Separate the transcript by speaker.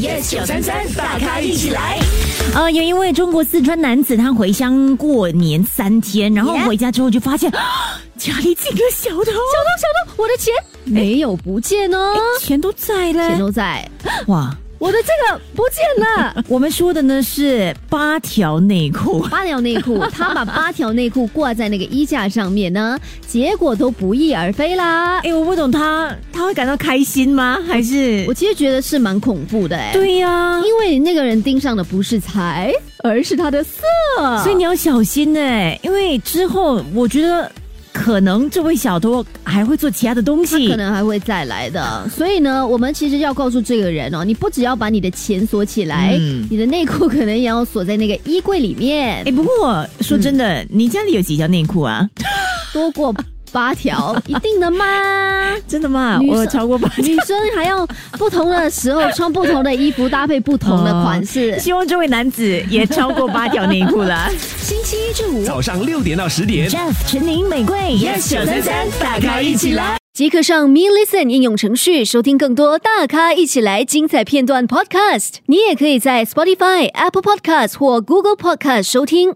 Speaker 1: yes 九三三，大咖一起来。
Speaker 2: 呃，有一位中国四川男子，他回乡过年三天，然后
Speaker 1: Yeah
Speaker 2: 回家之后就发现，啊家里竟有小偷，小偷
Speaker 1: 小偷，我的钱没有不见哦，
Speaker 2: 哎钱都在
Speaker 1: 钱
Speaker 2: 嘞，
Speaker 1: 都在，
Speaker 2: 哇！
Speaker 1: 我的这个不见了。
Speaker 2: 我们说的呢是八条内裤，
Speaker 1: 八条内裤，他把八条内裤挂在那个衣架上面呢，结果都不翼而飞啦。
Speaker 2: 哎，我不懂他他会感到开心吗？还是
Speaker 1: 我其实觉得是蛮恐怖的哎、
Speaker 2: 对啊呀、
Speaker 1: 因为那个人盯上的不是财，而是他的色，
Speaker 2: 所以你要小心呢、因为之后我觉得可能这位小偷还会做其他的东
Speaker 1: 他
Speaker 2: 西，
Speaker 1: 可能还会再来的。所以呢，我们其实要告诉这个人哦，你不只要把你的钱锁起来，
Speaker 2: 嗯
Speaker 1: 你的内裤可能也要锁在那个衣柜里面
Speaker 2: 哎、，不过说真
Speaker 1: 嗯
Speaker 2: 的，你家里有几条内裤啊？
Speaker 1: 多过八条，一定的吗？
Speaker 2: 真的吗？
Speaker 1: 女生
Speaker 2: 我有超过八条。
Speaker 1: 女生还要不同的时候穿不同的衣服，搭配不同的款 式。
Speaker 2: 希望这位男子也超过八条内裤了。
Speaker 1: 星期一至五
Speaker 3: 早上六点到十点。
Speaker 2: Jeff、陈宁、玫瑰，Yes 九三三，大咖一起来。
Speaker 1: 即刻上 Me Listen 应用程序收听更多大咖一起来精彩片段 Podcast。你也可以在 Spotify、Apple Podcast 或 Google Podcast 收听。